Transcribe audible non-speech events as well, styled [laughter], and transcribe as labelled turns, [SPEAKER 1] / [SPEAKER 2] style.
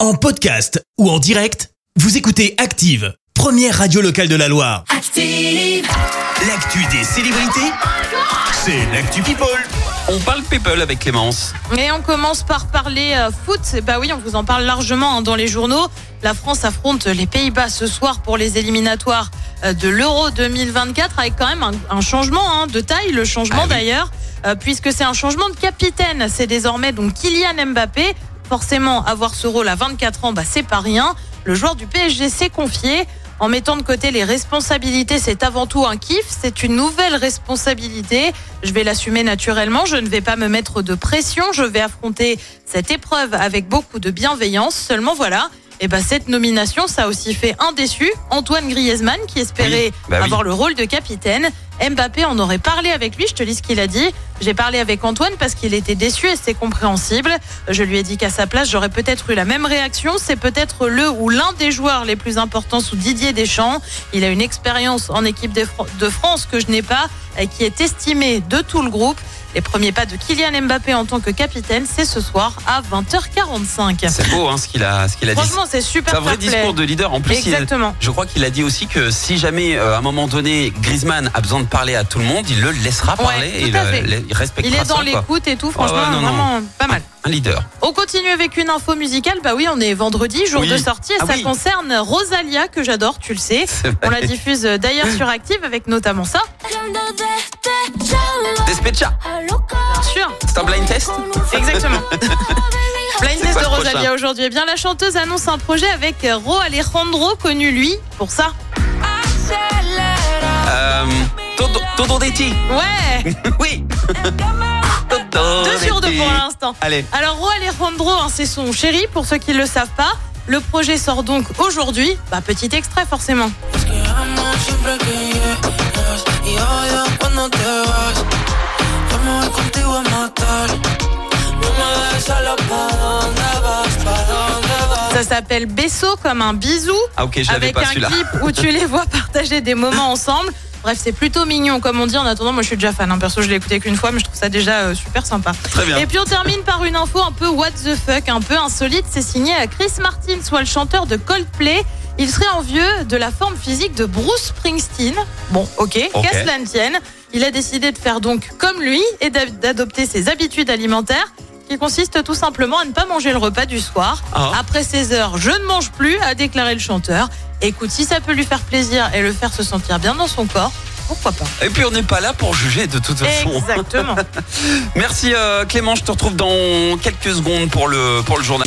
[SPEAKER 1] En podcast ou en direct, vous écoutez Active, première radio locale de la Loire.
[SPEAKER 2] Active,
[SPEAKER 1] L'actu des célébrités, c'est l'actu People.
[SPEAKER 3] On parle people avec Clémence.
[SPEAKER 4] Mais on commence par parler euh, foot. Bah oui, on vous en parle largement hein, dans les journaux. La France affronte les Pays-Bas ce soir pour les éliminatoires euh, de l'Euro 2024 avec quand même un, un changement hein, de taille, le changement
[SPEAKER 3] Ah oui.
[SPEAKER 4] d'ailleurs, euh, puisque c'est un changement de capitaine. C'est désormais donc Kylian Mbappé. Forcément, avoir ce rôle à 24 ans, bah, c'est pas rien. Le joueur du PSG s'est confié. En mettant de côté les responsabilités, c'est avant tout un kiff, c'est une nouvelle responsabilité. Je vais l'assumer naturellement, je ne vais pas me mettre de pression, je vais affronter cette épreuve avec beaucoup de bienveillance. Seulement voilà, et ben cette nomination, ça a aussi fait un déçu, Antoine Griezmann, qui espérait
[SPEAKER 3] Oui, bah oui.
[SPEAKER 4] avoir le rôle de capitaine. Mbappé en aurait parlé avec lui, je te lis ce qu'il a dit. J'ai parlé avec Antoine parce qu'il était déçu et c'est compréhensible. Je lui ai dit qu'à sa place, j'aurais peut-être eu la même réaction. C'est peut-être le ou l'un des joueurs les plus importants sous Didier Deschamps. Il a une expérience en équipe de Fran- de France que je n'ai pas, et qui est estimée de tout le groupe. Les premiers pas de Kylian Mbappé en tant que capitaine, c'est ce soir à 20h45.
[SPEAKER 3] C'est beau hein, ce qu'il a, ce qu'il a dit.
[SPEAKER 4] Franchement, c'est
[SPEAKER 3] C'est
[SPEAKER 4] super
[SPEAKER 3] un vrai
[SPEAKER 4] fair play.
[SPEAKER 3] discours de leader. En plus, il-
[SPEAKER 4] Exactement.
[SPEAKER 3] je crois qu'il a dit aussi que si jamais, euh, à un moment donné, Griezmann a besoin de parler à tout le monde, il le laissera
[SPEAKER 4] Ouais,
[SPEAKER 3] parler et
[SPEAKER 4] tout à
[SPEAKER 3] le-
[SPEAKER 4] fait.
[SPEAKER 3] le- il respectera
[SPEAKER 4] Il est dans
[SPEAKER 3] ça, quoi. Ah
[SPEAKER 4] l'écoute et tout, franchement,
[SPEAKER 3] ouais, non, non.
[SPEAKER 4] vraiment pas mal.
[SPEAKER 3] Un leader.
[SPEAKER 4] On continue avec une info musicale. Bah oui, on est vendredi, jour
[SPEAKER 3] Oui.
[SPEAKER 4] de sortie, et
[SPEAKER 3] Ah
[SPEAKER 4] ça
[SPEAKER 3] oui.
[SPEAKER 4] concerne Rosalia, que j'adore, tu le sais.
[SPEAKER 3] C'est
[SPEAKER 4] On
[SPEAKER 3] [laughs]
[SPEAKER 4] la
[SPEAKER 3] vrai.
[SPEAKER 4] diffuse euh, d'ailleurs sur Active avec notamment ça.
[SPEAKER 3] Despecha,
[SPEAKER 4] Bien sûr.
[SPEAKER 3] c'est un blind test
[SPEAKER 4] Exactement. Blind
[SPEAKER 3] C'est
[SPEAKER 4] Test
[SPEAKER 3] quoi
[SPEAKER 4] de
[SPEAKER 3] le prochain
[SPEAKER 4] Rosalia aujourd'hui. Eh bien, la chanteuse annonce un projet avec Ro Alejandro, connu lui pour ça.
[SPEAKER 3] [laughs] Euh, Todo- Todoretti. [laughs]
[SPEAKER 4] Ouais, [laughs]
[SPEAKER 3] Oui. Todoretti.
[SPEAKER 4] deux sur deux pour l'instant.
[SPEAKER 3] Allez.
[SPEAKER 4] Alors, Ro Alejandro, hein, c'est son chéri, pour ceux qui ne le savent pas. Le projet sort donc aujourd'hui. Bah, petit extrait, forcément.
[SPEAKER 5] Te amo siempre que llegas Y odio cuando te vas Yo me voy contigo a matar No me des la ¿Pa' dónde vas? ¿Pa' dónde vas?
[SPEAKER 4] Ça s'appelle Besso comme un bisou,
[SPEAKER 3] Ah ok, je l'avais
[SPEAKER 4] avec
[SPEAKER 3] pas
[SPEAKER 4] un
[SPEAKER 3] celui-là.
[SPEAKER 4] clip où tu les vois partager des moments ensemble. Bref, c'est plutôt mignon, comme on dit. En attendant, moi, je suis déjà fan. hein. Perso, je l'ai écouté qu'une fois, mais je trouve ça déjà euh, super sympa.
[SPEAKER 3] Très bien.
[SPEAKER 4] Et puis on termine par une info un peu what the fuck, un peu insolite. C'est signé à Chris Martin, soit le chanteur de Coldplay. Il serait envieux de la forme physique de Bruce Springsteen. Bon, ok,
[SPEAKER 3] Ok.
[SPEAKER 4] qu'à cela ne tienne. Il a décidé de faire donc comme lui et d'a- d'adopter ses habitudes alimentaires qui consistent tout simplement à ne pas manger le repas du soir.
[SPEAKER 3] Ah.
[SPEAKER 4] Après 16 heures, je ne mange plus, a déclaré le chanteur. Écoute, si ça peut lui faire plaisir et le faire se sentir bien dans son corps, pourquoi pas
[SPEAKER 3] Et puis on n'est pas là pour juger de toute façon. [laughs]
[SPEAKER 4] Exactement.
[SPEAKER 3] Merci euh, Clément, je te retrouve dans quelques secondes pour le, pour le journal.